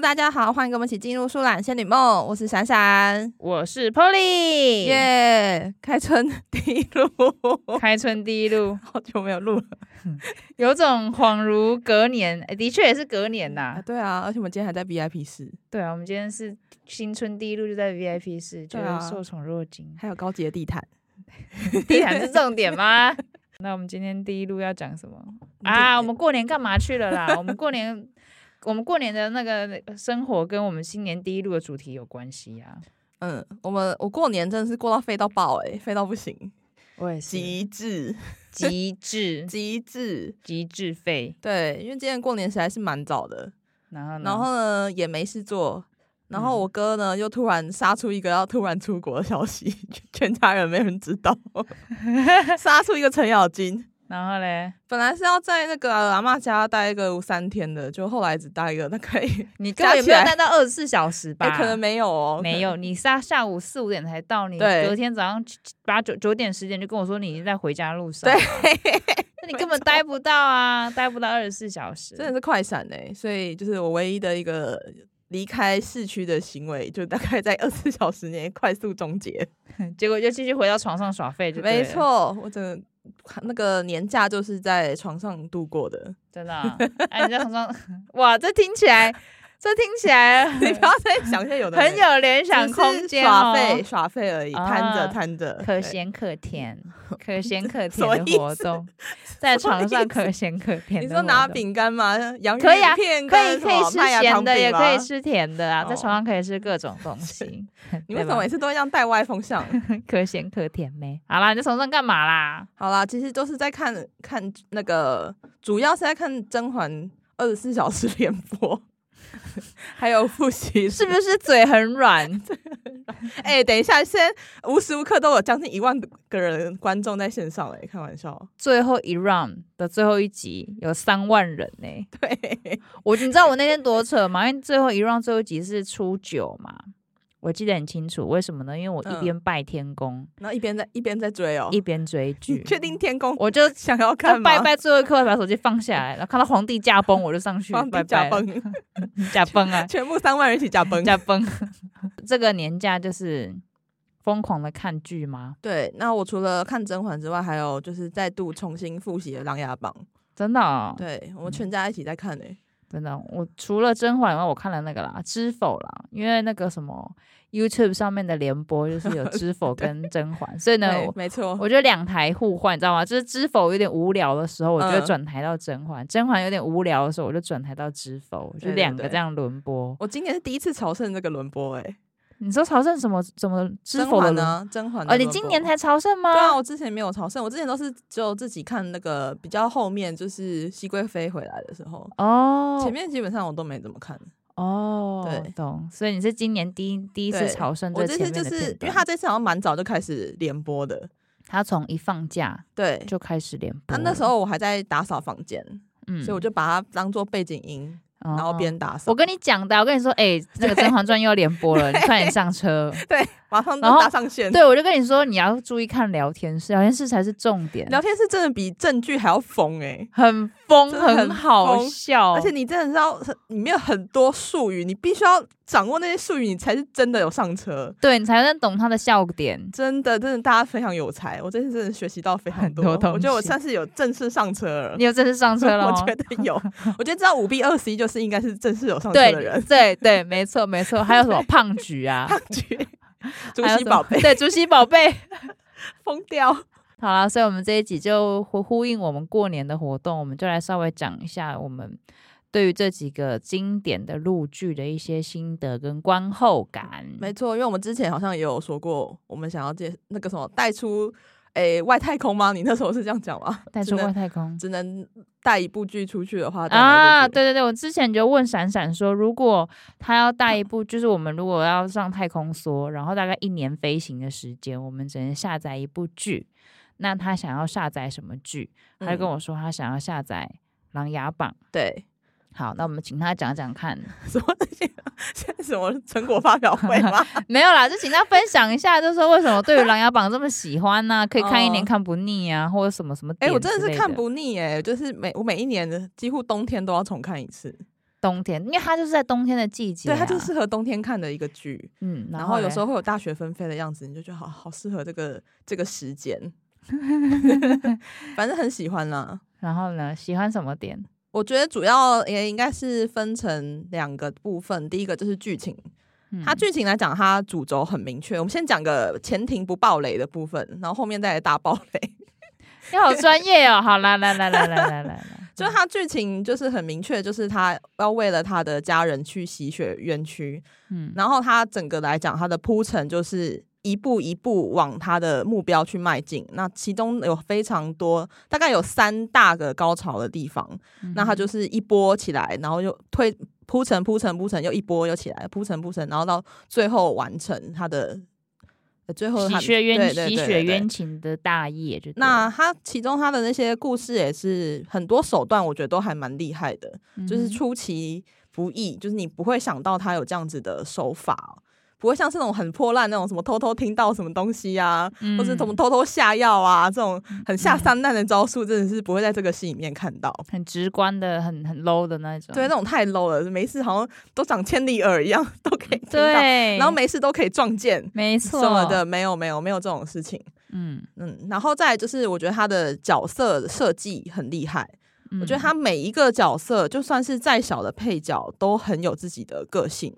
大家好，欢迎跟我们一起进入《舒懒仙女梦》，我是闪闪，我是 Polly，耶！开春第一 路，开春第一 路，好久没有录了有种恍如隔年，诶的确也是隔年啊！呐。对啊，而且我们今天还在 VIP 室，对啊，我们今天是新春第一路就在 VIP 室，觉对得啊受宠若惊。还有高级的地毯啊地毯是重点 吗？那我们今天第一路要讲什么啊？嗯我们过年干嘛去了啦？ 我们过年，我们过年的那个生活跟我们新年第一路的主题有关系啊呀、嗯，我们我过年真的是过到废到爆哎、欸，废到不行，我也极致极致极致。极致费，对，因为今年过年实在是蛮早的，然后呢然后呢也没事做，然后嗯我哥呢又突然杀出一个要突然出国的消息， 全全家人没人知 道，杀出一个程咬金。然后嘞，本来是要在那个阿嬷家待个三天的，就后来只待一个大 概，你加根本起没有来待到二十四小时吧？也可能没有哦，没有，你下下午四五点才到，你对隔天早上七七八九九点十点就跟我说你已经在回家路上，对， 那你根本待不到啊，待不到二十四小时，真的是快闪哎、所以就是我唯一的一个离开市区的行为，就大概在二十四小时内快速终结。结果就继续回到床上耍废就对没了，错，我整个那个年假就是在床上度过 的。真的、啊，哎，你在 床上， 哇，这听起 来，这听起 来你不要再想一些有的没 很的有联想只是空间耍哦，废耍废而已，啊摊着摊着，可对咸可甜， 可咸可什甜么意的活动，在床上可咸可甜你的说活动。拿饼干吗？洋芋可以啊片可跟以什可以么吃麦芽咸糖的，饼也可以吗。吃甜的啊，在哦。床上可以吃各种东西 你为对什么吧每次都会这样带歪风 向？可咸可甜呗？好啦，你在床上干嘛啦？好啦，其实都是在看看那个，主要是在看《甄嬛》二十四小时连播， 还有复习。是不是嘴很软？哎、等一下，现在无时无刻都有将近一万个人观众在线上哎、开玩笑。 最后一 round 的最后一集有三万人呢、对，我你知道我那天多扯吗？因为最后一 round 最后一集是初九嘛，我记得很清楚。为什么呢？因为我一边拜天公， 然后一边在一边在追嗯哦、一边追你剧。确定天宫我就想要看就吗？拜拜最后一刻把手机放下来，然后看到皇帝驾崩，我就上去帮拜你拜假了。崩，驾崩啊！全部三万人一起假 崩。加崩。这个年假就是疯狂的看剧吗？对，那我除了看《甄嬛》之外，还有就是再度重新复习了《琅琊榜》真的、哦，对我们全家一起在看诶、真的哦。我除了《甄嬛》以外，我看了那个啦，《知否》啦，因为那个什么 YouTube 上面的联播就是有《知 否》跟《甄嬛》，所以呢，对我没错，我觉得两台互换，你知道吗？就是《知否》有点无聊的时候，我就会嗯转台到《甄嬛》；《甄嬛》有点无聊的时候，我就转台到《知否》，对就对两个对这样轮播。我今年是第一次朝圣这个轮播诶、你说朝圣什么什么《知甄否》的嬛轮？呢？甄嬛的哦，你轮今播年才朝圣吗？对啊，我之前没有朝圣，我之前都是只有自己看那个比较后面，就是熹贵妃回来的时候，哦，前面基本上我都没怎么看。哦，对懂。所以你是今年第一第一次对朝圣我这这前次面就是的片因为段他这次好像蛮早就开始联播的，他从一放假对。就开始连播那了，那时候我还在打扫房间，嗯所以我就把它当做背景音，然然后边打扫。我跟你讲的，我跟你说，哎、那个《甄嬛传》又要连播了， 你快点上车。对，马上就然后搭上线。对，我就跟你说，你要注意看聊天室，聊天室才是重点，聊天是真的比证据还要疯哎、很疯，真的很好疯笑，而且你真的知道里面有很多术语，你必须要掌握那些术语，你才是真的有上车。对你才能懂他的笑点。真的，真的，大家非常有才，我这次真的学习到非常多。很多东西我觉得我算是有正式上车了你。有正式上车了 哦我吗？觉得 有，我觉得知道五 B 二十一就是应该是正式有上车对的人。 对对，没错没错。还有什么胖菊啊，主还有席什么宝 贝对，竹溪宝贝。疯 掉。好啦，所以我们这一集就呼呼应我们过年的活动，我们就来稍微讲一下我们对于这几个经典的陆剧的一些心得跟观后感。嗯没错，因为我们之前好像也有说过，我们想要介那个什么带出诶、外太空吗？你那时候是这样讲吗？带只出能外太空只能带一部剧出去的话，带哪啊！一部剧，对对对，我之前就问闪闪说，如果他要带一部，就是我们如果要上太空梭，然后大概一年飞行的时间，我们只能下载一部剧。那他想要下载什么剧？他就跟我、我说他想要下载《琅琊榜》。对好，那我们请他讲讲看。什么那些现在什么成果发表会吗？没有啦，就请他分享一下，就说为什么对于《琅琊榜》这么喜欢 呢、可以看一年看不腻啊，或者什么什么 哎、点哦我真的之类是的看不腻哎、就是每我每一年的几乎冬天都要重看一次。冬天，因为它就是在冬天的季节、啊，对，它就适合冬天看的一个剧。嗯，然后有时候候会有大雪纷飞的样子，你就觉得好好适合这个这个时间，反正很喜欢啦。然后呢，喜欢什么点？我觉得主要也应该是分成两个部分，第一个就是剧情，嗯它剧情来讲，它主轴很明确。我们先讲个前庭不爆雷的部分，然后后面再来大爆雷。 你好专业哦！好，来来来来来来来来， 就是它剧情就是很明确，就是他要为了他的家人去洗雪冤屈，嗯然后他整个来讲，他的铺陈就是一步一步往他的目标去迈进。那其中有非常多，大概有三大个高潮的地方，嗯那他就是一波起来，然后又推铺陈铺陈铺陈，又一波又起来，铺陈铺陈，然后到最后完成他的。呃最后他洗血冤对对洗对血对对冤情的大业就对那他其中他的那些故事也是很多手段，我觉得都还蛮厉害的，就是嗯出其不意，就是你不会想到他有这样子的手法哦、不会像是那种很破烂那种什么偷偷听到什么东西啊，或是嗯怎么偷偷下药啊，这种很下三滥的招数，真的是不会在这个戏里面看到。很直观的、很很 low 的那种。对，那种太 low 了，没事好像都长千里耳一样， 都可以听到，对，然后没事都可以撞见没什错么的，，没有没有没有这种事情。嗯，嗯，然后再来就是，我觉得他的角色设计很厉害。我觉得嗯他每一个角色，就算是再小的配角，都很有自己的个性，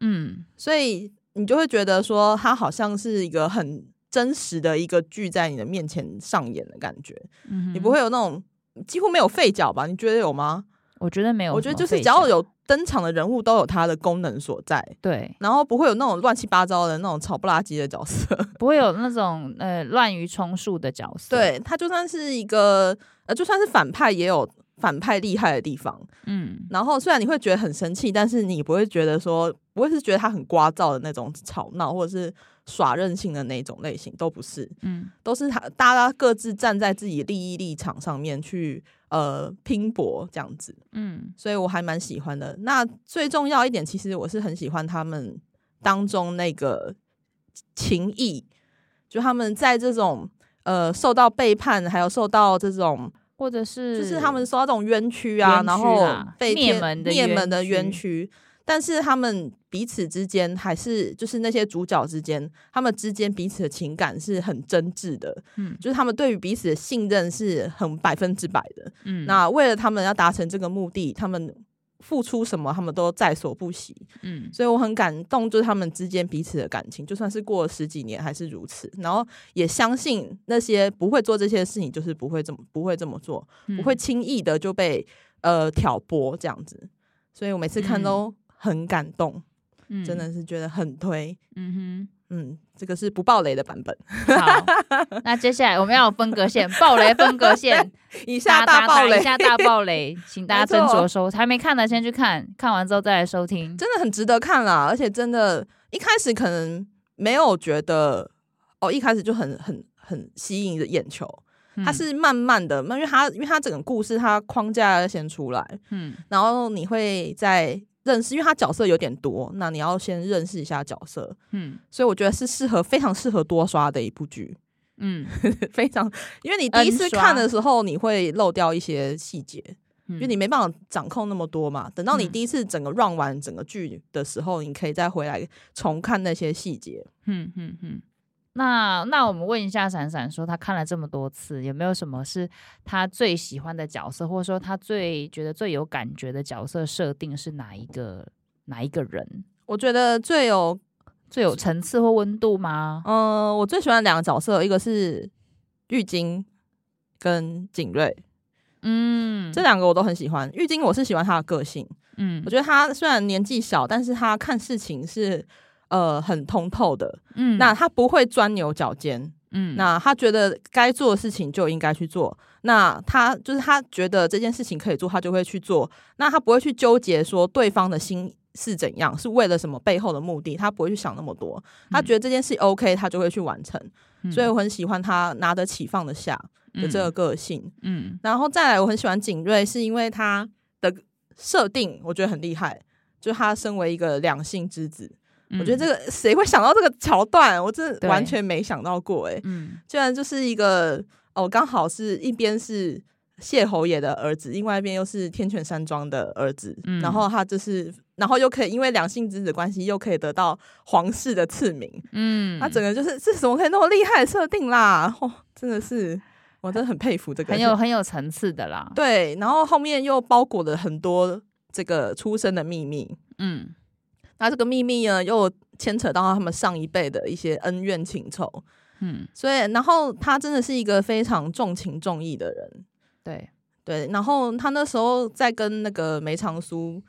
嗯所以你就会觉得说，他好像是一个很真实的一个剧在你的面前上演的感觉。嗯，你不，会有那种几乎没有废角吧？你觉得有吗？我觉得没有什么费劲，我觉得就是只要有登场的人物，都有他的功能所在。对，然后不会有那种乱七八糟的那种吵不拉几的角色， 不会有那种呃滥竽充数的角色。，对他就算是一个呃，就算是反派也有反派厉害的地方。嗯然后虽然你会觉得很生气，但是你不会觉得说不会是觉得他很聒噪的那种吵闹，或者是耍任性的那种类型，都不是，嗯都是他大家各自站在自己利益立场上面去呃拼搏这样子，嗯所以我还蛮喜欢的。那最重要一点，其实我是很喜欢他们当中那个情谊，就他们在这种。呃，受到背叛，还有受到这种或者是就是他们受到这种冤屈啊，嗯冤然屈后啦被灭天门的灭门的冤冤屈，但是他们彼此之间还是就是那些主角之间，他们之间彼此的情感是很真挚的，嗯就是他们对于彼此的信任是很百分之百的。嗯那为了他们要达成这个目的，他们。付出什么，他们都在所不惜，嗯所以我很感动，就是他们之间彼此的感情，就算是过了十几年还是如此。然后也相信那些不会做这些事情，就是不会这么不会这么做，嗯不会轻易的就被呃挑拨这样子，所以我每次看都很感动，嗯真的是觉得很推。 嗯嗯，这个是不爆雷的版本，哼好。那接下来我们要有分隔线，暴雷分隔线，以下大大爆雷一，下大爆雷，请大家斟没错酌收，还没看的先去看，看完之后再来收听。真的很值得看啦！而且真的，一开始可能没有觉得哦，一开始就很很很吸引你的眼球，它嗯是慢慢的，因为它因为它整个故事它框架要先出来，嗯然后你会在认识，因为它角色有点多，那你要先认识一下角色，嗯所以我觉得是适合非常适合多刷的一部剧， 嗯非常，因为你第一次嗯刷看的时候，你会漏掉一些细节，因为嗯，你没办法掌控那么多嘛。等到你嗯第一次整个 run 完整个剧的时候，你可以再回来重看那些细节。嗯嗯嗯。那那我们问一下闪闪，说他看了这么多次，有没有什么是他最喜欢的角色，或者说他最觉得最有感觉的角色设定是哪一个哪一个人我觉得最有，最有层次或温度吗？嗯、我最喜欢两个角色，一个是玉京跟景睿，嗯，这两个我都很喜欢。玉京我是喜欢他的个性，嗯我觉得他虽然年纪小，但是他看事情是呃很通透的，嗯那他不会钻牛角尖，嗯那他觉得该做的事情就应该去做。那他就是他觉得这件事情可以做，他就会去做。那他不会去纠结说对方的心是怎样，是为了什么背后的目的，他不会去想那么多。他觉得这件事 OK，他就会去完成。嗯所以我很喜欢他拿得起放得下的这个个性。嗯然后再来，我很喜欢景睿，是因为他的设定我觉得很厉害，就他身为一个两性之子，嗯我觉得这个谁会想到这个桥段？我真的对完全没想到过哎、欸嗯居然就是一个哦，刚好是一边是谢侯爷的儿子，另外一边又是天犬山庄的儿子，嗯然后他就是，然后又可以因为两性之子关系，又可以得到皇室的赐名，嗯，他整个就是这怎么可以那么厉害的设定啦？哦，真的是，我真的很佩服这个，很有很有层次的啦。对，然后后面又包裹了很多这个出生的秘密，嗯那这个秘密呢又牵扯到他们上一辈的一些恩怨情仇，嗯，所以然后他真的是一个非常重情重义的人，对，对，然后他那时候在跟那个梅长苏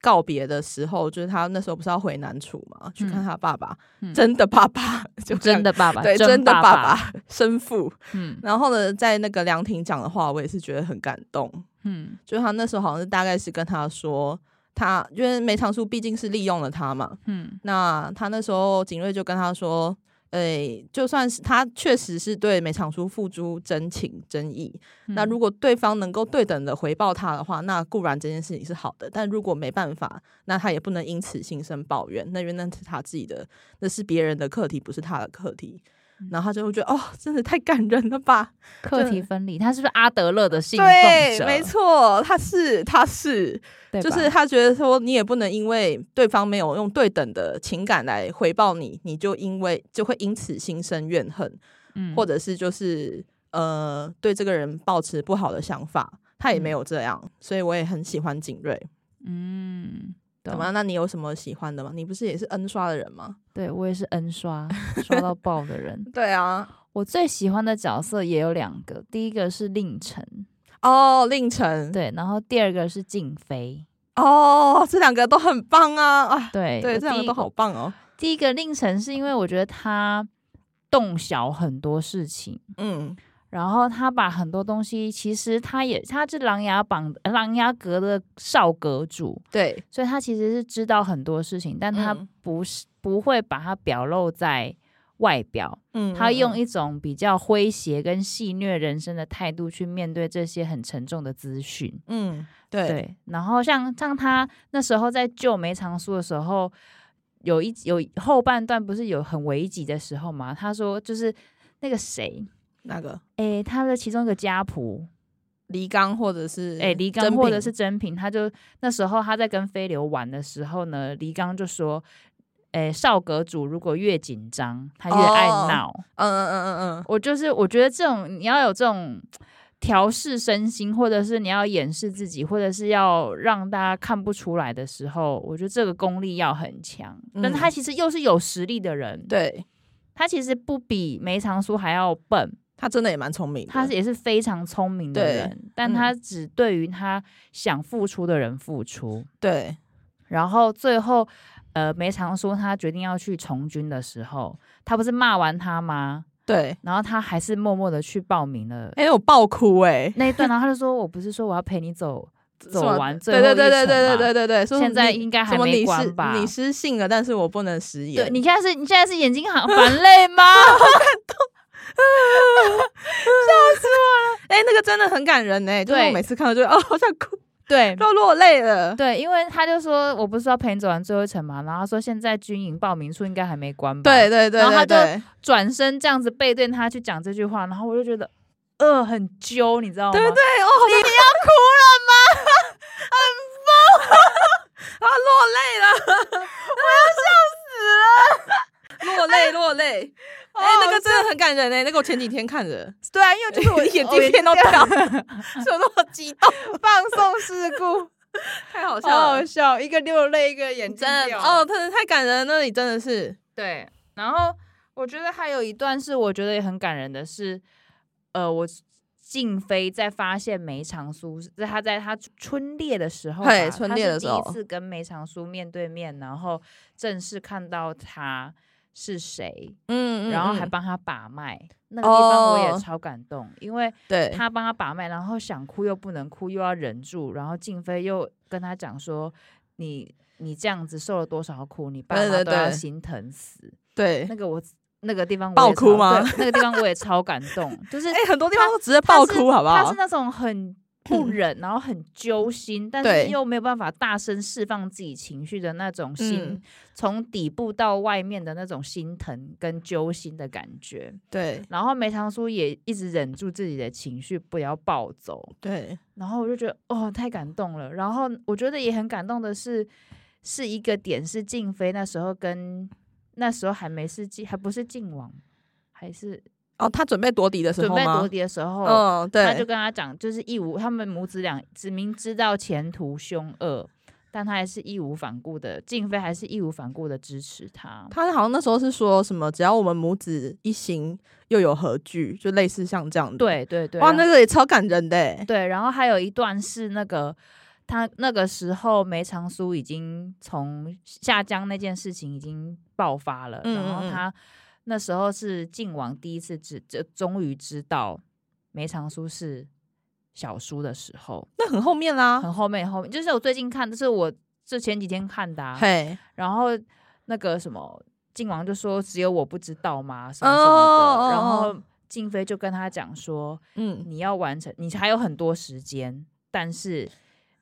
告别的时候，就是他那时候不是要回南楚嘛，去看他爸爸，嗯真的爸爸， 就这样真的爸爸，对真真的爸爸，生父。嗯然后呢，在那个凉亭讲的话，我也是觉得很感动。嗯就是他那时候好像是大概是跟他说，他因为梅长苏毕竟是利用了他嘛，嗯那他那时候景睿就跟他说。诶、就算是他确实是对梅长苏付出真情真意，嗯，那如果对方能够对等的回报他的话，那固然这件事情是好的；但如果没办法，那他也不能因此心生抱怨，那因为那是他自己的，那是别人的课题，不是他的课题。嗯然后他就会觉得，哦，真的太感人了吧？课题分离，他是不是阿德勒的信奉对，者？没，错，他是，他是，对吧就是他觉得说，你也不能因为对方没有用对等的情感来回报你，你就因为就会因此心生怨恨。嗯或者是就是呃对这个人抱持不好的想法，他也没有这样，所以我也很喜欢景睿。嗯，怎懂么样？那你有什么喜欢的吗？你不是也是 N 刷的人吗？对我也是 N 刷刷到爆的人。 对啊，我最喜欢的角色也有两个，第一个是令晨，哦，令晨，对，然后第二个是静妃，哦，这两个都很棒啊，啊，对对，我这两第个一都好棒哦，第一个令晨是因为我觉得他洞晓很多事情，嗯，然后他把很多东西，其实他也他是琅琊榜呃琅琊阁的少阁主，对，所以他其实是知道很多事情，但他嗯不是、不会把它表露在外表，嗯他用嗯一种比较诙谐跟戏谑人生的态度去面对这些很沉重的资讯。嗯，对，对，然后像像他那时候在救梅长苏的时候，有一有后半段不是有很危急的时候嘛？他说就是那个谁，那个诶，他的其中一个家仆，黎刚或者是诶，哎黎刚甄或者品是甄平，他就那时候他在跟飞流玩的时候呢，黎刚就说。诶，少阁主如果越紧张，他越爱哦闹。嗯嗯嗯嗯嗯，我就是我觉得这种你要有这种调试身心，或者是你要掩饰自己，或者是要让大家看不出来的时候，我觉得这个功力要很强。嗯但他其实又是有实力的人，对他其实不比梅长苏还要笨，他真的也蛮聪明的，他也是非常聪明的对嗯人，但他只对于他想付出的人付出。对，然后最后，呃，梅长苏他决定要去从军的时候，他不是骂完他吗？对，然后他还是默默的去报名了 哎、我爆哭哎、那一段，然后他就说：“我不是说我要陪 你走什走么完最对后对一对对程对吗对对对对，现在应该还没关吧吧？你失信了，但是我不能食言。对，你现在是你现在是眼睛含含泪 吗？哎、那个真的很感人呢、就是对我每次看到就哦，好想哭，对都落泪了。对，因为他就说我不是要陪你走完最后一程嘛，然后他说现在军营报名处应该还没关吧？对，对对然后他对就对转身这样子背对他去讲这句话，然后我就觉得呃很揪，你知道吗？对对对，哦，你要哭了吗？很疯，啊，落泪了， 我要笑死了，落泪落 泪。哎、那个真的很感人哎、那个我前几天看的，对啊，因为就是 我啊眼睛片都掉了，怎么那么激 动？放松事 故，太好笑好了好。笑，一个流泪，一个眼睛真的掉哦，真的太感人了，那里真的是，对，然后我觉得还有一段是我觉得也很感人的是，呃，我静妃在发现梅长苏，在她在她春猎的时候吧，嘿春她猎是的时第候一次跟梅长苏面对面，然后正式看到他是谁，嗯然后还嗯帮他把脉。那个地方我也哦超感动，因为对，他帮他把脉，然后想哭又不能哭，又要忍住，然后静妃又跟他讲说：“你你这样子受了多少苦，你爸对妈对都要对心疼死。对，那个我那个地方我也爆超哭吗对那个地方我也超感动，就是 哎、很多地方都直接爆他是哭，好不他好是？那种很不忍，然后很揪心，但对是又没有办法大声释放自己情绪的那种心嗯，从、底部到外面的那种心疼跟揪心的感觉。对然后梅长苏也一直忍住自己的情绪，不要暴走。对，然后我就觉得哦，太感动了。然后我觉得也很感动的是，是一个点是静妃那时候跟那时候还没是晋，还不是晋王，还是哦，他准备夺嫡的时准候备吗？夺嫡的时候，哦嗯，他就对，跟他讲，就是义无他们母子俩只明知道前途凶恶，但他还是义无反顾的，静妃还是义无反顾的支持他。他好像那时候是说什么，只要我们母子一行又有何惧，就类似像这样的。，对对对，啊哇，然后那个也超感人的欸。对，然后还有一段是那个他那个时候梅长苏已经从下江那件事情已经爆发了，嗯然后嗯嗯他那时候是晋王第一次知，就终于知道梅长苏是小叔的时候，那很后面啦。很后面后面，就是我最近看，就是我这前几天看的、啊，嘿，然后那个什么靖王就说只有我不知道吗？什么什么的，哦然哦后静妃就跟他讲说，嗯，你要完成，你还有很多时间，但是。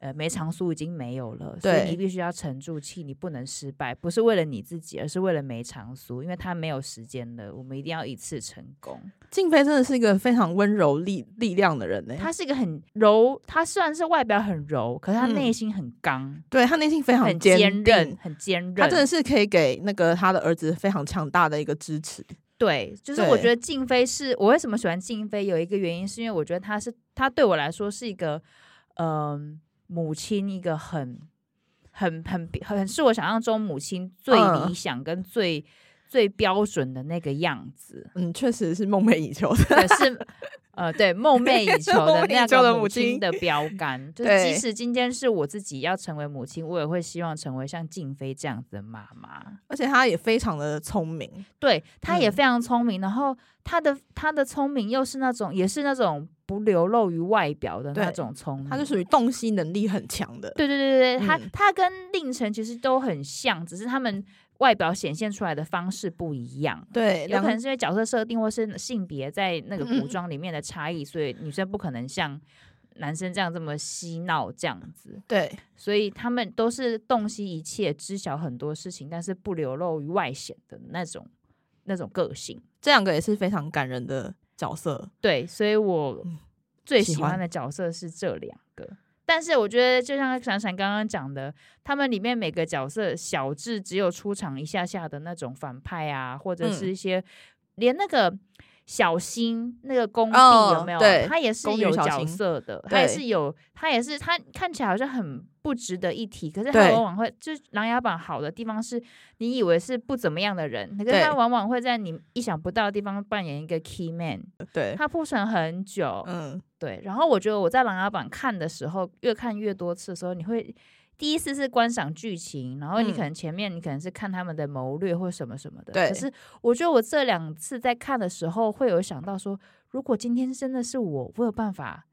呃，梅长苏已经没有了，所以对你必须要沉住气，你不能失败，不是为了你自己，而是为了梅长苏，因为他没有时间了，我们一定要一次成功。静妃真的是一个非常温柔力力量的人呢。欸他是一个很柔，他虽然是外表很柔，可是他嗯内心很刚、对他内心非常很坚定韧，，很坚韧。他真的是可以给那个他的儿子非常强大的一个支持。对，就是我对觉得静妃是我为什么喜欢静妃，有一个原因是因为我觉得她是她对我来说是一个，嗯、母亲一个很很很很是我想象中母亲最嗯理想跟最、最标准的那个样子，嗯，确实是梦寐以求的。可是。呃，对，梦寐以求梦的寐以那求的个母母亲亲的标杆，就是对即使今天是我自己要成为母亲，我也会希望成为像静妃这样子的妈妈。而且他也非常的聪明，对，他也嗯非常聪明，然后他的他的聪明又是那种也是那种不流露于外表的那对种聪明，他就属于洞悉能力很强的。对对对对对，他嗯他跟令晨其实都很像，只是他们外表显现出来的方式不一样。对，有两可能是因为角色设定或是性别在那个古嗯装里面的差异，所以女生不可能像男生这样这么嬉闹这样子，对所以他们都是洞悉一切、知晓很多事情，但是不流露于外显的那种那种个性。这两个也是非常感人的角色。对，所以我嗯最喜喜欢欢的角色是这两个。但是我觉得，就像闪闪刚刚讲的，他们里面每个角色小智只有出场一下下的那种反派啊，或者嗯是一些、连那个小新那个公哦帝有没有？啊对他也是宫女有小角新色的，他也对是有，他也是他看起来好像很不值得一提，可是他对往往会就是《琅琊榜》好的地方是，你以为是不怎么样的人，可是对他往往会在你意想不到的地方扮演一个 key man。对，它铺陈很久，嗯，对。然后我觉得我在《琅琊榜》看的时候，越看越多次的时候，你会第一次是观赏剧情，然后你嗯可能前面你可能是看他们的谋略或什么什么的。对可是我觉得我这两次在看的时候，会有想到说，如果今天真的是我，我有办法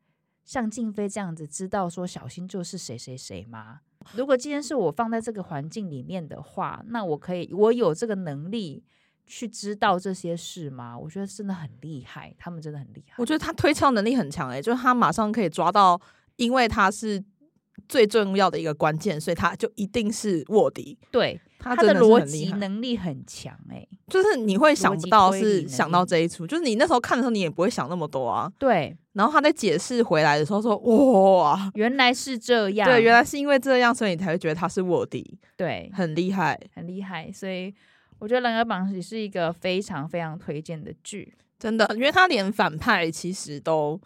像静妃这样子知道说小新就是谁谁谁吗？如果今天是我放在这个环境里面的话，那我可以，我有这个能力去知道这些事吗？我觉得真的很厉害，他们真的很厉害。我觉得他推敲能力很强诶、欸就是他马上可以抓到，因为他是最重要的一个关键，所以他就一定是卧底。对他的真是逻很厉辑害，能力很强哎、就是你会想逻不辑到推理是能想到力这一出，就是你那时候看的时候你也不会想那么多啊。对，然后他在解释回来的时候说：“哇，原来是这样，对，原来是因为这样，所以你才会觉得他是卧底，对，很厉害。很厉害，所以我觉得《琅琊榜》也是一个非常非常推荐的剧。真的，因为他连反派其实都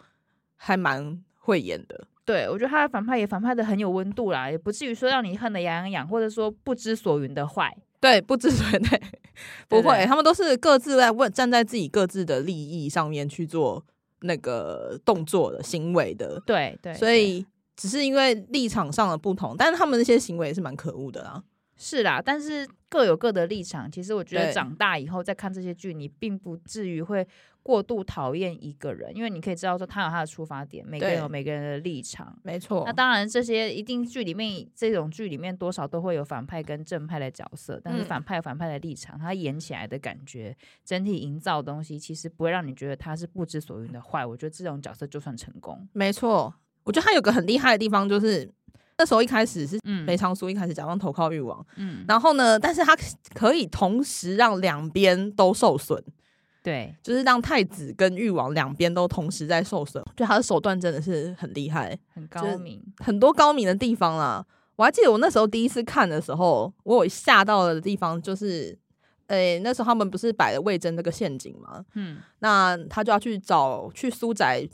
还蛮会演的。对，我觉得他的反派也反派的很有温度啦，也不至于说让你恨得牙痒痒，或者说不知所云的坏。对，不知所 对，对不不对会，他们都是各自在问，站在自己各自的利益上面去做那个动作的行为的，对对，所对以只是因为立场上的不同，但是他们那些行为也是蛮可恶的啦。是啦，但是各有各的立场。其实我觉得对长大以后再看这些剧，你并不至于会过度讨厌一个人，因为你可以知道说他有他的出发点，每个人对有每个人的立场。没错那当然，这些一定剧里面这种剧里面多少都会有反派跟正派的角色，但嗯是反派有反派的立场，他演起来的感觉，整体营造的东西，其实不会让你觉得他是不知所云的坏。我觉得这种角色就算成功，没错，我觉得他有个很厉害的地方，就是那时候一开始是嗯梅长苏一开始假装投靠誉王，嗯，然后呢，但是他可以同时让两边都受损，对，就是让太子跟誉王两边都同时在受损，就他的手段真的是很厉害，很是高明，很多高明的地方啦。我还记得我那时候第一次看的时候，我有吓到的地方就是，诶、那时候他们不是摆了魏征这个陷阱吗？嗯那他就要去找去苏宅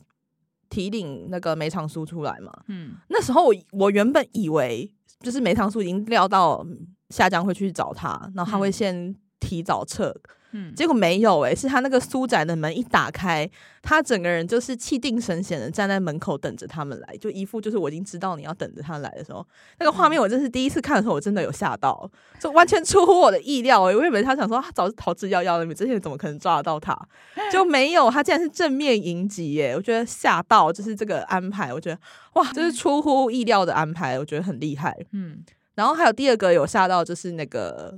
提领那个梅长苏出来嘛。嗯那时候我我原本以为就是梅长苏已经料到夏江会去找他，然后他会嗯先提早撤，嗯，结果没有诶、是他那个苏宅的门一打开，他整个人就是气定神闲的站在门口等着他们来，就一副就是我已经知道你要等着他来的时候，那个画面我真是第一次看的时候，我真的有吓到，就完全出乎我的意料诶、我以为他想说啊，早就逃之夭夭了，你们这些人怎么可能抓得到他？就没有，他竟然是正面迎击耶、我觉得吓到，就是这个安排，我觉得哇，这是出乎意料的安排，我觉得很厉害。嗯然后还有第二个有吓到，就是那个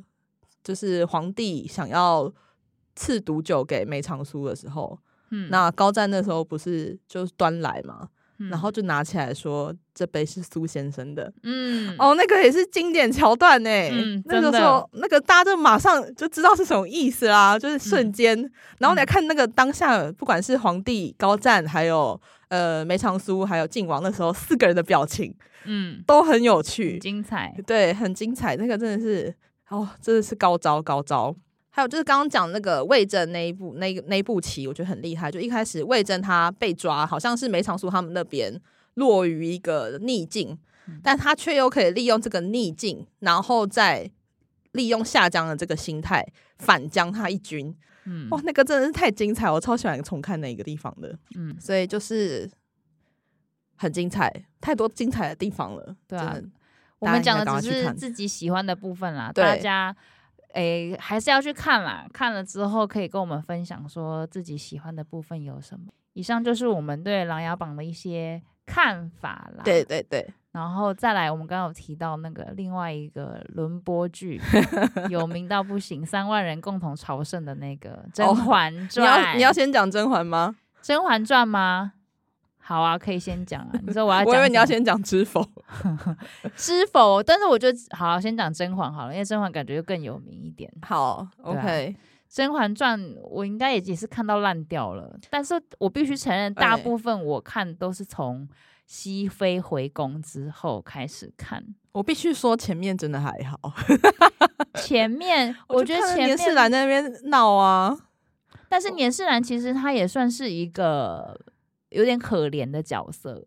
就是皇帝想要赐毒酒给梅长苏的时候，嗯，那高湛那时候不是就是端来嘛，嗯然后就拿起来说这杯是苏先生的，嗯哦，那个也是经典桥段呢、嗯那个真的时候那个大家就马上就知道是什么意思啦，就是嗯瞬间。然后你来看那个当下，不管是皇帝高湛，还有呃梅长苏，还有靖王，那时候四个人的表情嗯，都很有趣，很 精彩，对，很精彩，那个真的是哦，真的是高招高招。还有就是刚刚讲那个魏征那一部那那一部棋，我觉得很厉害。就一开始魏征他被抓，好像是梅长苏他们那边落于一个逆境，嗯但他却又可以利用这个逆境，然后再利用下江的这个心态反将他一军。嗯哇，那个真的是太精彩，我超喜欢重看那个地方的。嗯，所以就是很精彩，太多精彩的地方了。对啊真的我大家们应讲该赶快的只去是看自己喜欢的部分啦，对大家诶、还是要去看啦。看了之后可以跟我们分享说自己喜欢的部分有什么。以上就是我们对《琅琊榜》的一些看法啦。对，对对。然后再来，我们刚刚有提到那个另外一个轮播 剧，有名到不行，三万人共同朝圣的那个《甄哦嬛你传》要你要先讲甄嬛吗？ 《甄嬛传》吗？好啊，可以先讲啊。你说我要讲我以什么，为你要先讲知否。知否？但是我就好、先讲甄嬛好了，因为甄嬛感觉就更有名一点。 好对啊，OK， 《甄嬛传》我应该也也是看到烂掉了，但是我必须承认，大对部分我看都是从熹妃回宫之后开始看，我必须说前面真的还好。前面我觉就得看前年世面，兰在那边闹啊，但是年世兰其实她也算是一个有点可怜的角色，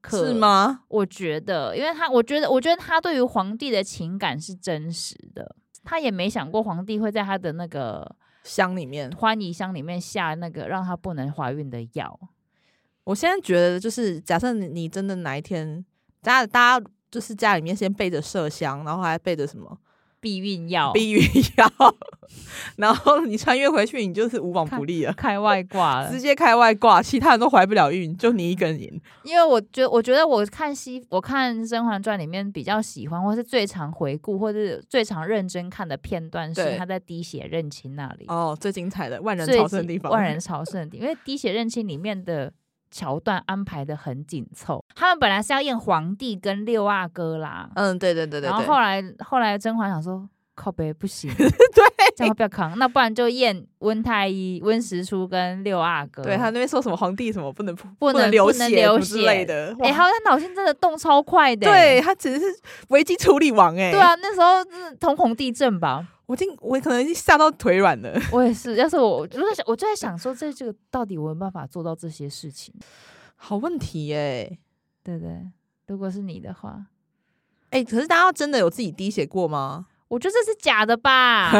可是？吗？我觉得，因为她，我觉得，我觉得她对于皇帝的情感是真实的，她也没想过皇帝会在她的那个乡里面，欢宜箱里面下那个让她不能怀孕的药。我现在觉得就是，假设你你真的哪一天，大家大家就是家里面先备着麝香，然后还备着什么避孕药，避孕药，然后你穿越回去，你就是无往不利了。开外挂了 直。接开外挂，其他人都怀不了孕，就你一个人赢。因为我觉我觉得我看西我看《甄嬛传》里面比较喜欢，或是最常回顾，或是最常认真看的片段是对她在滴血认亲那里，哦，最精彩的万人最朝圣的近地方，万人朝圣的地，因为滴血认亲里面的。桥段安排的很紧凑，他们本来是要验皇帝跟六阿哥啦，嗯，对对对对对。然后后来后来甄嬛想说靠北不行， 对这样会不要扛，那不然就验温太医、温实初跟六阿哥，对他那边说什么皇帝什么不嗯能不不能能流不能流之类血的，哎、哇他他脑筋真的动超快的、欸对他只是危机处理王哎、对，啊，那时候是瞳孔地震吧？我已经我可能已经吓到腿软了，我也是，要是我，我就在想，我就在想说，这这个到底我有没有办法做到这些事情， 好问题哎、对不对？如果是你的话，哎、可是大家真的有自己滴血过吗？我觉得这是假 的吧？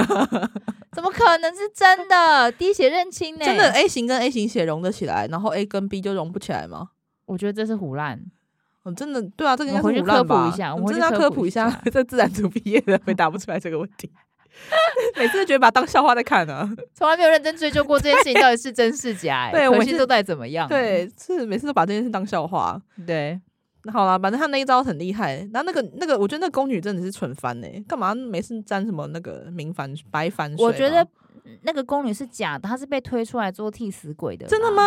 怎么可能是真的？滴血认亲呢、真的哎 A 型跟 A 型血融得起来，然后 A 跟 B 就融不起来吗？我觉得这是胡乱。我真的对啊，这个应该我们是回去胡乱科普吧一下我你们真的回要去科科普普一一下下，这自然组毕业的回答不出来这个问题， 每次都觉得把它当笑话在看啊。从来没有认真追究过这件事情到底是真是假、哎，对我可惜是都在怎么嗯样？啊对，是每次都把这件事当笑话。对，那好啦，反正他那一招很厉害。那那个那个，我觉得那宫女真的是蠢翻呢、欸干嘛没事沾什么那个明矾白矾水吗？我觉得那个宫女是假的，她是被推出来做替死鬼的。真的吗？？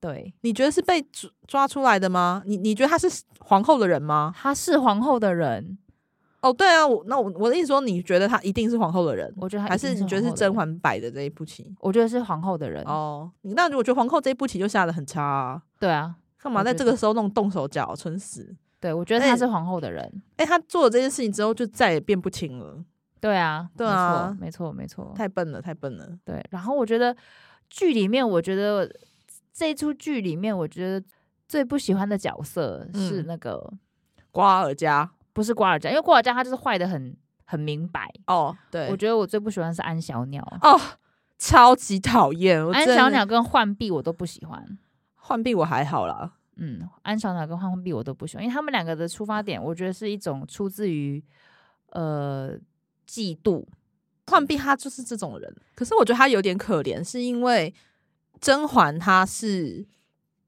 对，你觉得是被抓抓出来的吗？你你觉得她是皇后的人吗？她是皇后的人，哦，对啊，我那我我的意思说，你觉得她一定是皇后的人，我觉得她还一定是是你觉得是皇后的甄人？嬛摆的这一步棋？我觉得是皇后的人。哦，你那我觉得皇后这一步棋就下的很差、啊，对啊，干嘛我在觉这得个时候弄动手脚，蠢死！对，我觉得哎她是皇后的人。哎、她做了这件事情之后，就再也变不清了，对啊，对啊没错，没错，没错。太笨了，太笨了。对，然后我觉得剧里面，我觉得这出剧里面，我觉得最不喜欢的角色是嗯那个、瓜尔佳，不是瓜尔佳，因为瓜尔佳他就是坏的很很明白。哦，对，我觉得我最不喜欢的是安小鸟，啊哦，超级讨厌。我安哦真小的鸟跟浣碧我都不喜欢。浣碧我还好啦，嗯，安小鸟跟浣碧我都不喜欢，因为他们两个的出发点，我觉得是一种出自于呃嫉妒。浣碧她就是这种人，可是我觉得她有点可怜，是因为甄嬛她是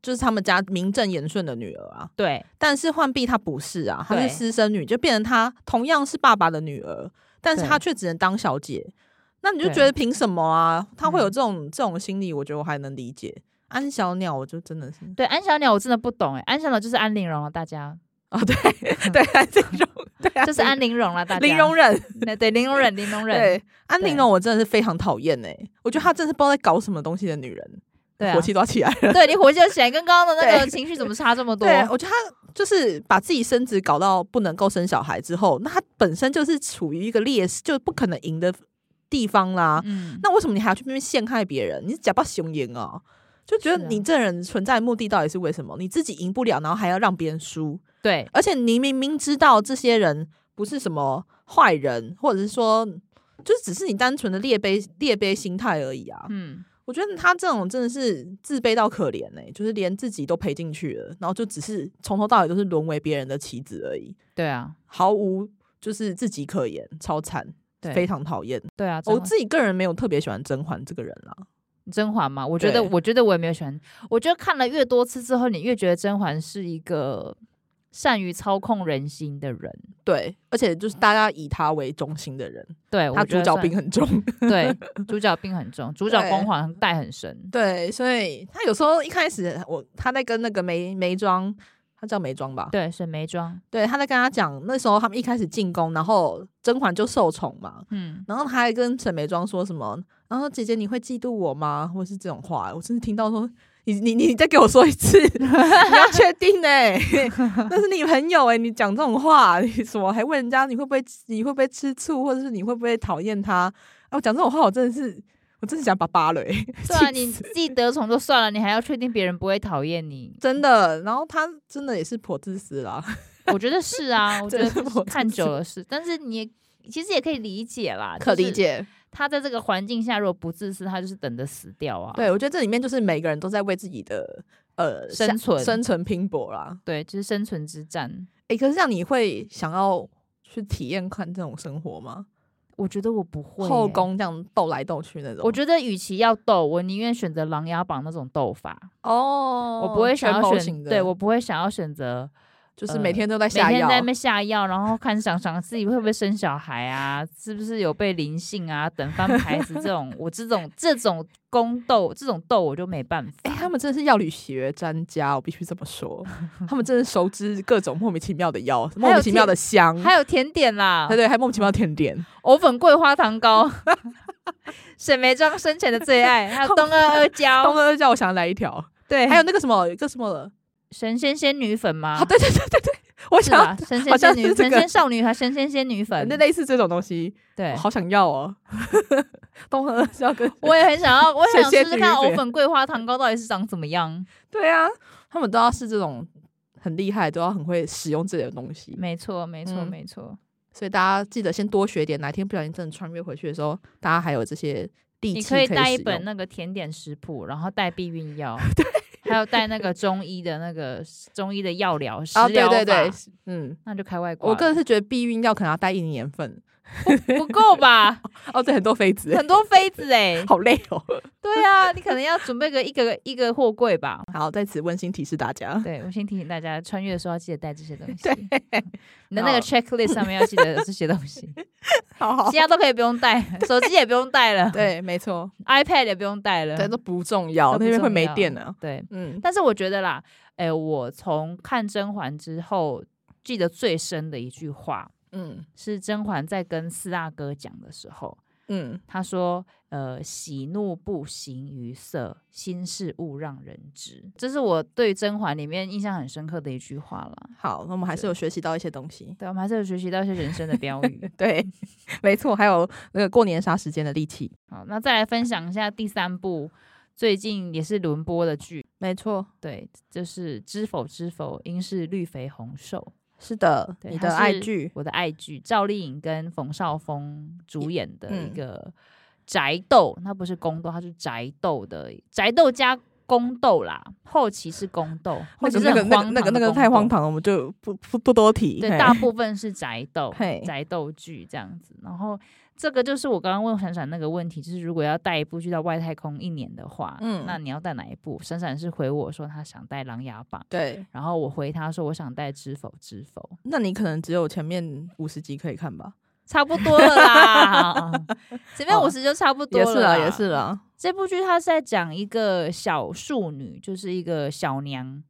就是他们家名正言顺的女儿啊，对但是浣碧她不是啊，她对是私生女，就变成她同样是爸爸的女儿，但是对她却只能当小姐。那你就对嗯觉得凭什么啊？她会有这种、这种心理，我觉得我还能理解。安小鸟，我就真 的是 对，安小鸟我真的不懂哎，安小鸟就是安陵容了，大家哦，对对，这种对啊，就是安陵容了， 大家玲珑人，对对陵容忍陵容忍，对安对陵容，我真的是非常讨厌哎，我觉得她真的是不知道在搞什么东西的女人，对啊火气都要起来了。对你火气就起来，跟刚刚的那个对情绪怎么差这么 多？对，我觉得她就是把自己升职搞到不能够生小孩之后，那她本身就是处于一个劣势，就不可能赢的地方啦。嗯，那为什么你还要去那边陷害别人？你是假扮雄鹰啊？就觉是得啊你这人存在的目的到底是为什么？你自己赢不了，然后还要让别人输， 对而且你明明知道这些人不是什么坏人，或者是说，就是只是你单纯的劣卑劣卑心态而已啊。嗯。我觉得他这种真的是自卑到可怜呢、欸就是连自己都赔进去了，然后就只是从头到尾都是沦为别人的棋子而已，对啊，毫无就是自己可言，超惨，非对常讨厌。对啊，我甄嬛自己个人没有特别喜欢甄嬛这个人啦，甄嬛嘛，我觉得对我觉得我也没有喜欢，我觉得看了越多次之后，你越觉得甄嬛是一个善于操控人心的人。对，而且就是大家以他为中心的人，对，我他觉主得角算病很 重，对，主角病很重，主角对光环带很深。对，所以他有时候一开始我他在跟那个梅梅庄，他叫梅庄吧，对，沈眉庄，对，他在跟他讲那时候他们一开始进宫，然后甄嬛就受宠嘛， 嗯，然后他还跟沈眉庄说什么，然后姐姐你会嫉妒我吗？或是这种话，我真的听到说，你你你再给我说一次， 你要确定呢、 那是你朋友哎、你讲这种话，你什么还问人家你会不会你会不会吃醋，或者是你会不会讨厌他？啊，我讲这种话，我真的是我真的想把扒了、欸， 对啊，气你死，自己得宠就算了，你还要确定别人不会讨厌你真的。然后他真的也是颇自私啦，我觉得是啊，我觉真的得我真看久是了是，但是你也其实也可以理解啦，可理。解。他在这个环境下，如果不自私，他就是等着死掉啊。对，我觉得这里面就是每个人都在为自己的呃生下存生存拼搏啦。对，就是生存之战。诶，可是这样你会想要去体验看这种生活吗？我觉得我不会、后。宫这样斗来斗去那种，我觉得，与其要斗，我宁愿选择《琅琊榜》那种斗法，得哦我不会想要选，的，对我不会想要选择就是每天都在呃每下天药在那，边下药，然后看想想自己会不会生小孩啊，是不是有被灵性啊，等翻牌子这 种，我这种这种宫斗这种斗我就没办哎、法。他们真的是药理学专家，我必须这么 说，他们真的熟知各种莫名其妙的药，莫名其妙的香，还有甜点啦对，对，还莫名其妙的甜点，藕粉桂花糖糕， 沈眉庄生前的最爱，还有冬阿阿东胶，哥叫我想来一条，对，还有那个什么，有一个什啊么，神仙仙女粉吗啊，？对对对对对，我是想吧要？神仙好像仙女、是这神个仙少女和神仙仙女粉那，类似这种东西，对我。好想要 哦，东哥要跟我也很 想要，我也想神试仙试女看藕粉粉桂花糖糕到底是长怎么样。对啊，他们都要是这种很厉害，都要很会使用自己的东西。没错，没错，嗯没错。所以大家记得先多学点，哪天不小心真的穿越回去的时候，大家还有这些利你器可以使带一用本那个甜点食谱，然后带避 孕药，还有带那个中医的那个中医的药疗食啊，疗对对法对，，嗯，那就开外挂了。我个人是觉得避孕药可能要带一年份， 不够吧？哦， 对，很多妃子，很多妃子 哎、好累哦。对啊，你可能要准备个一个一个货柜吧。 好，在此温馨提示大家，对，我先提醒大家，穿越的时候要记得带这些东西。对， 你的那个 checklist 上面要记得有这些东西，好 好其，他都可以不用 带，手机也不用带了，对，没错， ，iPad 也不用带了，对，都不重要，嗯都不那边会没重要电了。对。嗯，但是我觉得啦，哎、我从看甄嬛之后，记得最深的一句话嗯是甄嬛在跟四阿哥讲的时候，嗯，她说：“呃，喜怒不形于色，心事勿让人知。”这是我对甄嬛里面印象很深刻的一句话啦。好，那我们还是有学习到一些东西。对，我们还是有学习到一些人生的标语。 对，没错，还有那个过年杀时间的利器。好，那再来分享一下第三部最近也是轮播的剧，没错，对，就是《知否知否，应是绿肥红瘦》。是的，对你它的爱是剧，我的爱剧，赵丽颖跟冯绍峰主演的嗯一个宅斗，那不是宫斗，它是宅斗的宅斗加宫斗啦，后期是宫斗，后那期个是那个很那个那荒个唐的那个太荒宫斗。唐了，我们就不不不多提。对，嘿 大部分是宅斗嘿、宅斗剧这样子。然后这个就是我刚刚问闪闪那个问题，就是如果要带一部剧到外太空一年的话，嗯那你要带哪一部？闪闪是回我说他想带《琅琊榜》，对，然后我回他说我想带《知否知否》。那你可能只有前面五十集可以看吧？差不多 了啦，前面哦五十就差不多也了是啊啦啦，也是。啦。这部剧它是在讲一个小庶女，就是一个小娘、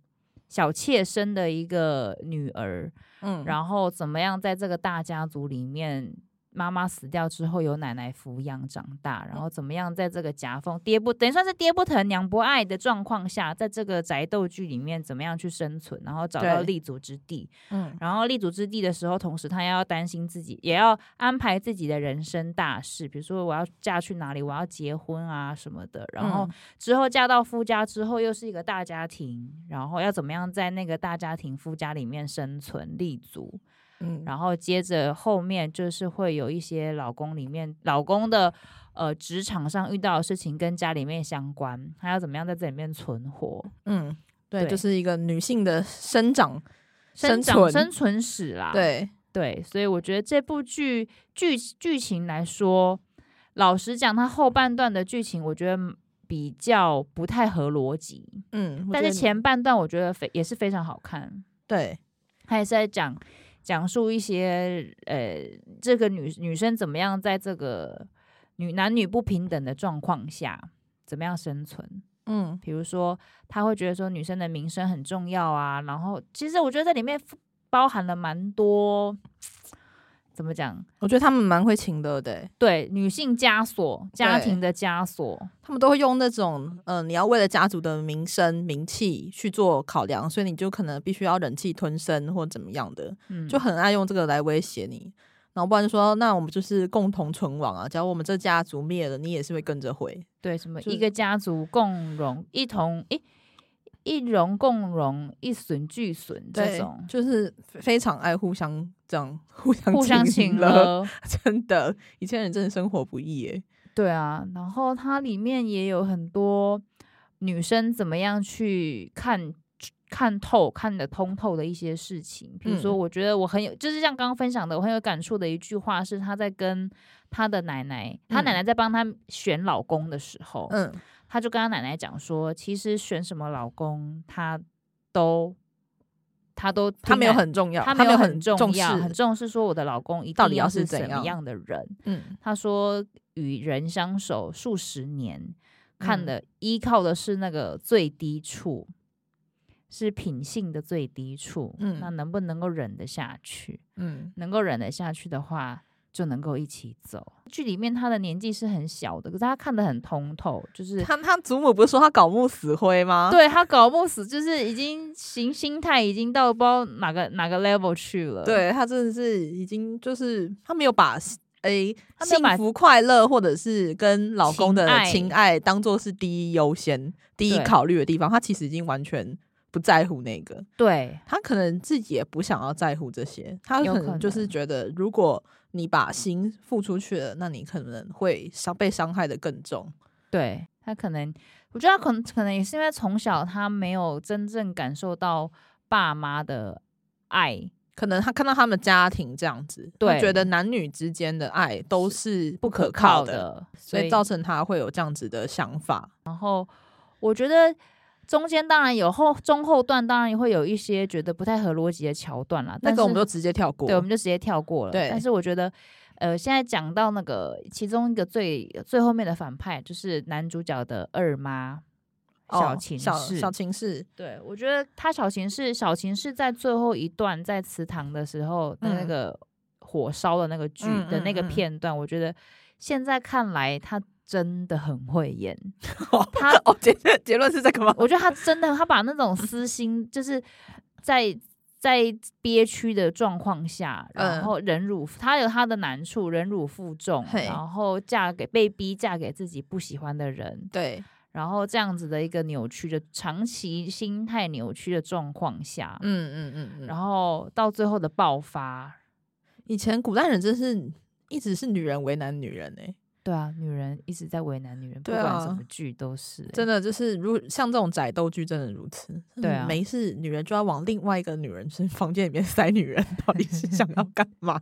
小妾生的一个女儿，嗯，后然后怎么样在这个大家族里面。妈妈死掉之后，由奶奶抚养长大，然后怎么样在这个夹缝爹不等于算是爹不疼娘不爱的状况下，在这个宅斗剧里面怎么样去生存，然后找到对立足之地。嗯，然后立足之地的时候，同时他要担心自己，也要安排自己的人生大事，比如说我要嫁去哪里，我要结婚啊什么的。然嗯后之后嫁到夫家之后，又是一个大家庭，然后要怎么样在那个大家庭夫家里面生存立足。嗯，然后接着后面就是会有一些老公里面老公的呃职场上遇到的事情跟家里面相关，他要怎么样在这里面存活。嗯，对，对就是一个女性的生长生长存，生存史啦，对，对，所以我觉得这部剧剧剧情来说，老实讲，它后半段的剧情我觉得嗯比较不太合逻辑，嗯，我但觉得是前半段我觉得非也是非常好看，对，它也是在讲讲述一些呃这个女女生怎么样在这个女男女不平等的状况下怎么样生存。嗯，比如说，他会觉得说女生的名声很重要啊。然后，其实我觉得这里面包含了蛮多，怎么讲？我觉得他们蛮会情的，对。对女性枷锁、家对庭的枷锁，他们都会用那种，呃，你要为了家族的名声、名气去做考量，所以你就可能必须要忍气吞声或怎么样的，嗯，就很爱用这个来威胁你。然后不然就说，那我们就是共同存亡啊，假如我们这家族灭了，你也是会跟着毁。对什么就一个家族共荣、一同一一荣共荣、一损俱损这对种，就是非常爱互相这样互相互相请请了，了。 真的，以前人真的生活不易耶。对啊，然后它里面也有很多女生怎么样去看看透、看得通透的一些事情。比如说，嗯我觉得我很有，就是像刚刚分享的，我很有感触的一句话是，她在跟她的奶奶，她奶嗯奶在帮她选老公的时候，嗯，她就跟她奶奶讲说，其实选什么老公，她都她都他听没有奶。很重要，她没有很重重要，视很重视说我的老公一到定底要要是是怎怎么样样的人，嗯他说与人相守数十年，看嗯的、依靠的是那个最低处，是品性的最低处。嗯那能不能够忍得下去？嗯，能够忍得下去的话，就能够一起走。剧里面他的年纪是很小的，可是他看得很通透，就是。他他祖母不是说他搞木死灰吗？，对他搞不死，就是已经心心态已经到不知道哪个哪个 level 去了。对他真的是已经就是他没有把诶、他没有幸把福快乐或者是跟老公的情爱情爱当做是第一优先、第一对考虑的地方，他其实已经完全不在乎那个，对，他可能自己也不想要在乎这些，他有可可能就是能觉得如果。你把心付出去了，那你可能会伤被伤害的更重。对他可能，我觉得他可能可能也是因为从小他没有真正感受到爸妈的爱可能他看到他们家庭这样子，他对觉得男女之间的爱都是不不可可靠靠的，的，所以造成他会有这样子的想法。我觉得中间当然有后中后段，当然也会有一些觉得不太合逻辑的桥段啦。那但个我们是就直接跳过。对，我们就直接跳过了。对但是我觉得，呃，现在讲到那个其中一个最最后面的反派，就是男主角的二妈哦小琴小是小情事，对，我觉得他小琴是小琴是在最后一段在祠堂的时候的那嗯个火烧的那个剧嗯的那个嗯嗯片段，我觉得现在看来他真的很会演，他哦，结结论是这 个吗？我觉得他真的，他把那种私心，就是在在憋屈的状况下，嗯然后忍辱，他有他的难处，忍辱负重，嘿然后嫁给被逼嫁给自己不喜欢的人，对，然后这样子的一个扭曲的长期心态扭曲的状况下，嗯嗯嗯嗯。然然后后到最后的爆发，以前古代人真是一直是女人为难女人哎、对啊，女人一直在为难女人，不对管什啊么剧都是、欸真的就是如像这种宅斗剧真的如此。嗯对啊没事，女人就要往另外一个女人身房间里面塞女人，到底是想要干嘛？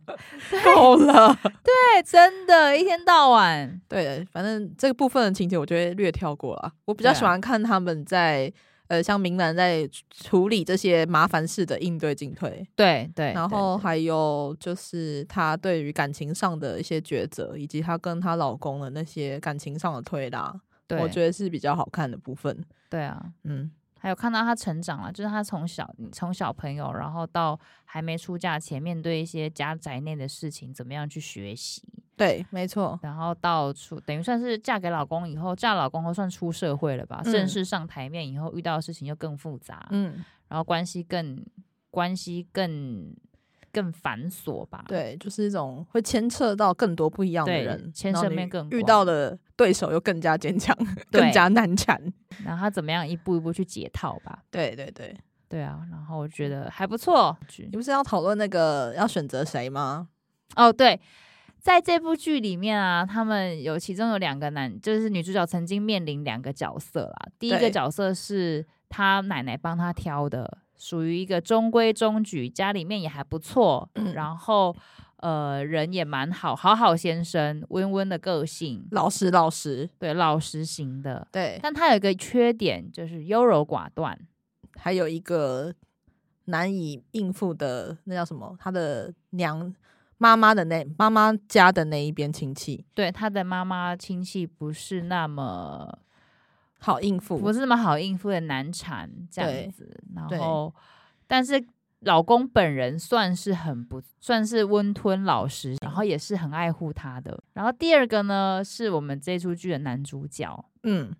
够了。对，真的，一天到晚，对，反正这个部分的情节我就会略跳过了。我比较对啊喜欢看他们在、呃，像明兰在处处理这些麻烦事的应对进退，对哎对，然对后还有就是她对于感情上的一些抉择，以及她跟她老公的那些感情上的推拉，对，我觉得是比较好看的部分。对啊。嗯，还有看到他成长了，啊就是他从小从小朋友，然后到还没出嫁前，面对一些家宅内的事情，怎么样去学习，对，没错，然后到处等于算是嫁给老公以后，嫁老公后算出社会了吧，嗯正式上台面以后，遇到的事情又更复杂，嗯，然后关系更关系更更繁琐吧，对，就是一种会牵扯到更多不一样的对人，牵然后涉你面更遇广到的对手又更加坚强，更对加难缠。然后他怎么样一步一步去解套吧，对对对。对啊，然后我觉得还不错，你不是要讨论那个要选择谁吗？哦，对，在这部剧里面啊，他们有其中有两个男，就是女主角曾经面临两个角色啦。第一对个角色是她奶奶帮她挑的，属于一个中规中矩，家里面也还不错，然后呃人也蛮好，好好先生，温温的个性，老实老实，对，老实型的。对，但她有一个缺点，就是优柔寡断。还有一个难以应付的那叫什么？他的娘妈妈的那妈妈家的那一边亲戚，对她的妈妈亲戚不是那么好应付。不是那么好应付的难缠这对样子。对然后，但是老公本人算是很不，算是温吞老实，然后也是很爱护她的。然后第二个呢，是我们这出剧的男主角，嗯，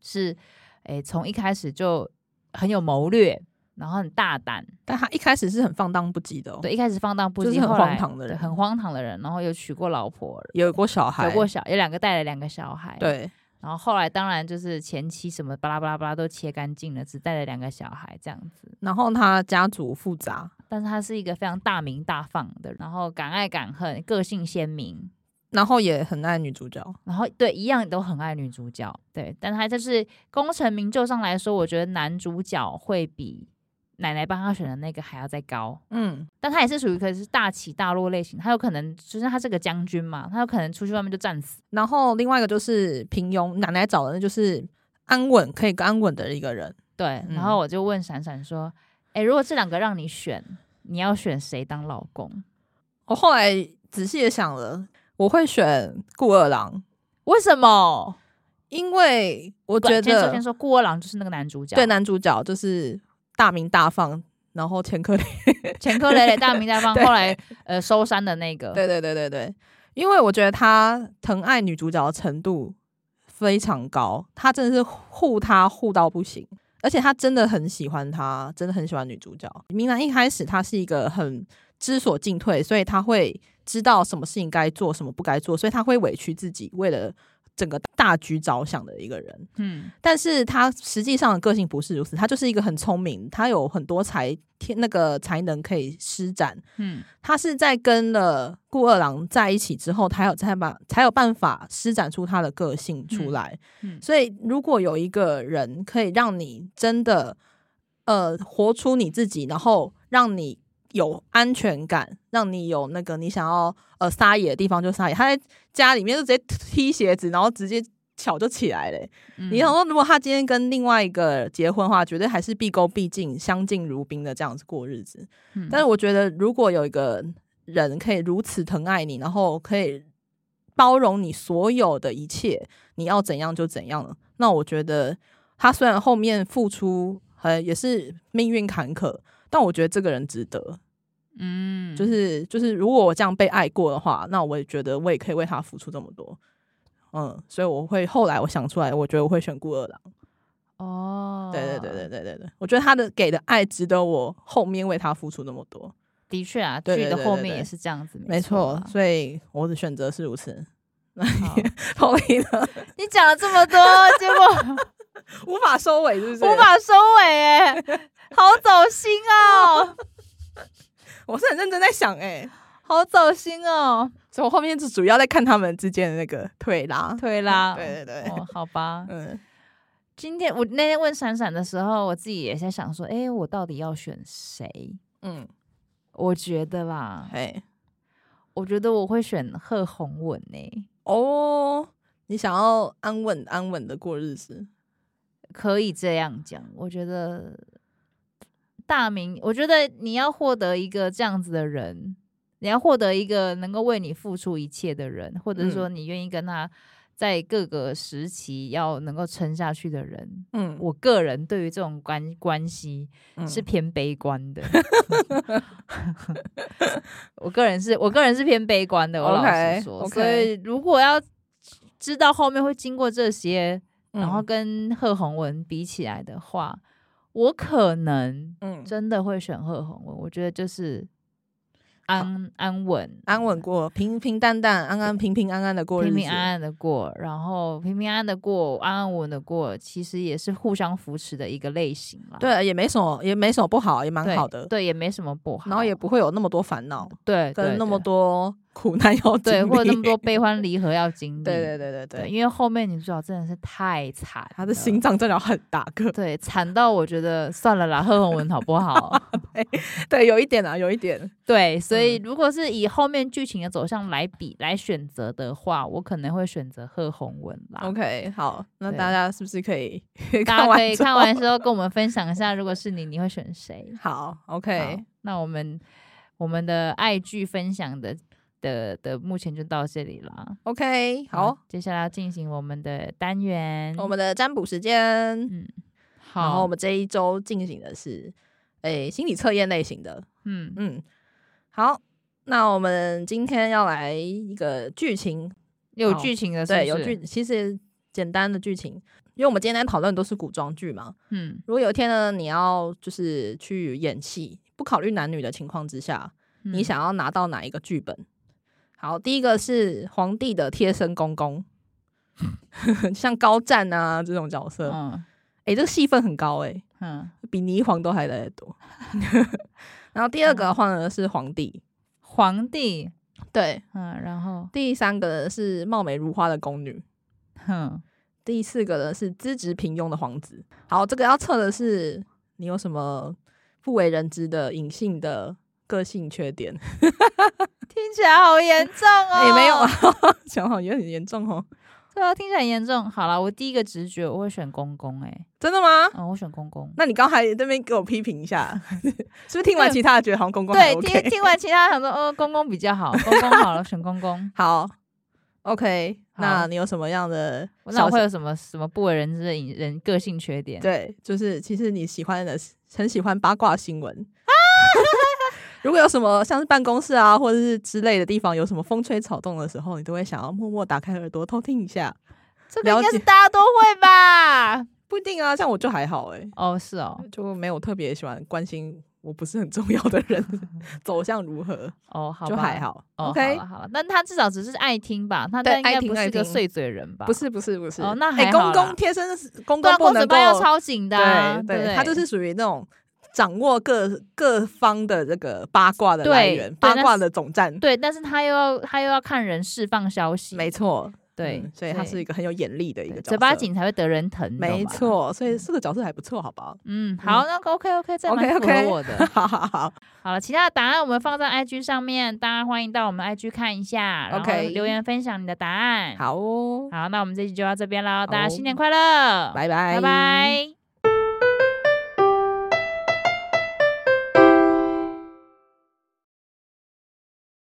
是诶从一开始就很有谋略。然后很大胆，但他一开始是很放荡不羁的、哦，对，一开始放荡不就羁，是很后来荒唐的对人很荒唐的人，然后有娶过老婆，有过小孩，有过小，有两个带了两个小孩，，对然后后来当然就是前妻什么巴拉巴拉巴拉都切干净了，只带了两个小孩这样子，然后他家族复杂，但是他是一个非常大名大放的，然后敢爱敢恨，个性鲜明，然后也很爱女主角。然后对一样都很爱女主角，对，但他就是功成名就上来说，我觉得男主角会比奶奶帮他选的那个还要再高，嗯，但他也是属于可是大起大落类型，他有可能就是他是个将军嘛，他有可能出去外面就战死，然后另外一个就是平庸，奶奶找的那就是安稳可以安稳的一个人。对，嗯然后我就问闪闪说，诶，如果这两个让你选，你要选谁当老公？我后来仔细的想了，我会选顾二郎，为什么？因为我我觉先说得先说顾二郎就是那个男主角，对男主角就是大名大放，然后前科 累。前科 累累、大名大放，对后来呃收山的那个，对对对对对，因为我觉得他疼爱女主角的程度非常高，他真的是护她护到不行。而且他真的很喜欢她，真的很喜欢女主角。明兰一开始她是一个很知所进退，所以她会知道什么事情该做，什么不该做，所以她会委屈自己，为了整个大局着想的一个人。嗯，但是他实际上的个性不是如此，他就是一个很聪明，他有很多才天那个才能可以施展。嗯他是在跟了顾二郎在一起之后，才有才把才有办法施展出他的个性出来。嗯嗯所以如果有一个人可以让你真的呃活出你自己，然后让你有安全感，让你有那个你想要呃撒野的地方就撒野。他在家里面就直接踢鞋子，然后直接巧就起来嘞、欸你想嗯说，如果他今天跟另外一个结婚的话，绝对还是毕恭毕敬、相敬如宾的这样子过日子。嗯但是我觉得，如果有一个人可以如此疼爱你，然后可以包容你所有的一切，你要怎样就怎样了，那我觉得他虽然后面付出呃也是命运坎坷，但我觉得这个人值得。嗯，就是就是，如果我这样被爱过的话，那我也觉得我也可以为他付出这么多。嗯，所以我会后来我想出来，我觉得我会选顾二郎。哦，对对对对，对对对，我觉得他的给的爱值得我后面为他付出那么多。的确啊，对剧对的对后对面对也是这样子，没错错啊啦。，所以我的选择是如此。 好同意了，你讲了这么多，结果 无法收尾是不是？ 无，法收尾，哎，好走心 哦，我是很认真在想哎、好走心哦，所以我后面就主要在看他们之间的那个推拉。推拉，对对对，哦，好吧。嗯，今天我那天问闪闪的时候，我自己也在想说，哎，我到底要选谁？嗯，我觉得啦，嘿，我觉得我会选贺红文呢，哦，你想要安稳安稳的过日子，可以这样讲，我觉得。大明，我觉得你要获得一个这样子的人，你要获得一个能够为你付出一切的人，或者是说你愿意跟他在各个时期要能够撑下去的人。嗯，我个人对于这种关关系，嗯是偏悲观的。 我个人是我个人是偏悲观的，我老实 OK，说。 OK 所以如果要知道后面会经过这些，嗯然后跟贺宏文比起来的话，我可能嗯，嗯真的会选贺宏文。我觉得就是安安稳、安稳过，平平淡淡，安安平平安安的过日平子，平安安的过，然后平平安安的过，安安稳稳的过，其实也是互相扶持的一个类型啦。对，也没什么，也没什么不好，也蛮对好的，对，也没什么不好，然后也不会有那么多烦恼，对，对跟那么对多 苦难 要经对，历，或者那么 多悲欢离合要经历。对对对对 对啊对，因为后面女主角真的是太惨了，他的心脏真的很大个，对惨到我觉得算了啦，贺宏文好不好？嗯对，有一点啊，有一点， 对，所以如果是以后面剧情的走向来比来选择的话，我可能会选择贺宏文啦。 OK，好，那对大家是不是可以看大 家完可以之看后完之后跟我们分享一下，如果是你，你会选谁？好好？OK，，那我们我们的爱剧分享的的的目前就到这里啦。 OK，好，，接下来要进行我们的单元，我们的占卜时间，嗯，好，然后我们这一周进行的是诶心理测验类型的，嗯嗯，好，那我们今天要来一个剧情，有好剧情的是对，不有是剧，，其实简单的剧情，因为我们今天在讨论都是古装剧嘛，嗯如果有一天呢，你要就是去演戏，不考虑男女的情况之下，你嗯想要拿到哪一个剧本？好，第一个是皇帝的贴身公公， 像高湛啊这种角色，哎、这嗯个戏份很高哎、嗯，比霓凰都还来得 多。然后第二个嗯的话呢是皇帝，皇帝，对，嗯，然后第三个呢是貌美如花的宫女，哼，第四个呢是资质平庸的皇子。好，这个要测的是你有什么不为人知的隐性的个性缺点。 听起来好 严重哦，也、没有啊，， 想好也很严重哦。 对啊，听起来很严重。好了，我第一个直觉我会选公公、欸，真的吗？嗯，我选公公。那你刚才这边给我批评一下， 是不是听完其他的觉得好像公公还对， OK？听听完其他想说，呃，公公比较好，公公好了，选公 公。好，OK，好那你有什么样的那小我会有什么什么不为人知的隐人个性缺点？对，就是其实你喜欢的是很喜欢八卦新闻啊 如果有什么像是办公室啊，或者是之类的地方有什么风吹草动的时候，你都会想要默默打开耳朵偷听一下。这个应该了是解大家都会 吧？不一定啊，像我就还好哎、哦，是哦，就没有特别喜欢关心我不是很重要的 人走向如何，哦，好就吧，还。好。哦 OK，好了好了，但他至少只是爱听吧，他对他应该爱听不是爱个听碎嘴人吧？不是不是不是，哦那哎还好公啦公贴身是公公对啊，不公子能够包要超紧的、啊，对不对，他就是属于那种掌握各各方的这个八卦的来对源，对八那卦是的总站，对，但是他又要他又要看人释放消息，没错，对，嗯所以他是一个很有眼力的一个对角色，嘴巴紧才会得人疼，没懂吧。错，所以这个角色还不错，好不好？ 嗯，好，那 OK OK，这蛮 OK，OK 符合我的。好好好，好了，其他的答案我们放在 IG 上面，大家欢迎到我们 IG 看一下，然后 OK 留言分享你的答案。好哦，好，那我们这期就到这边喽，大家好新年快乐，拜拜，拜拜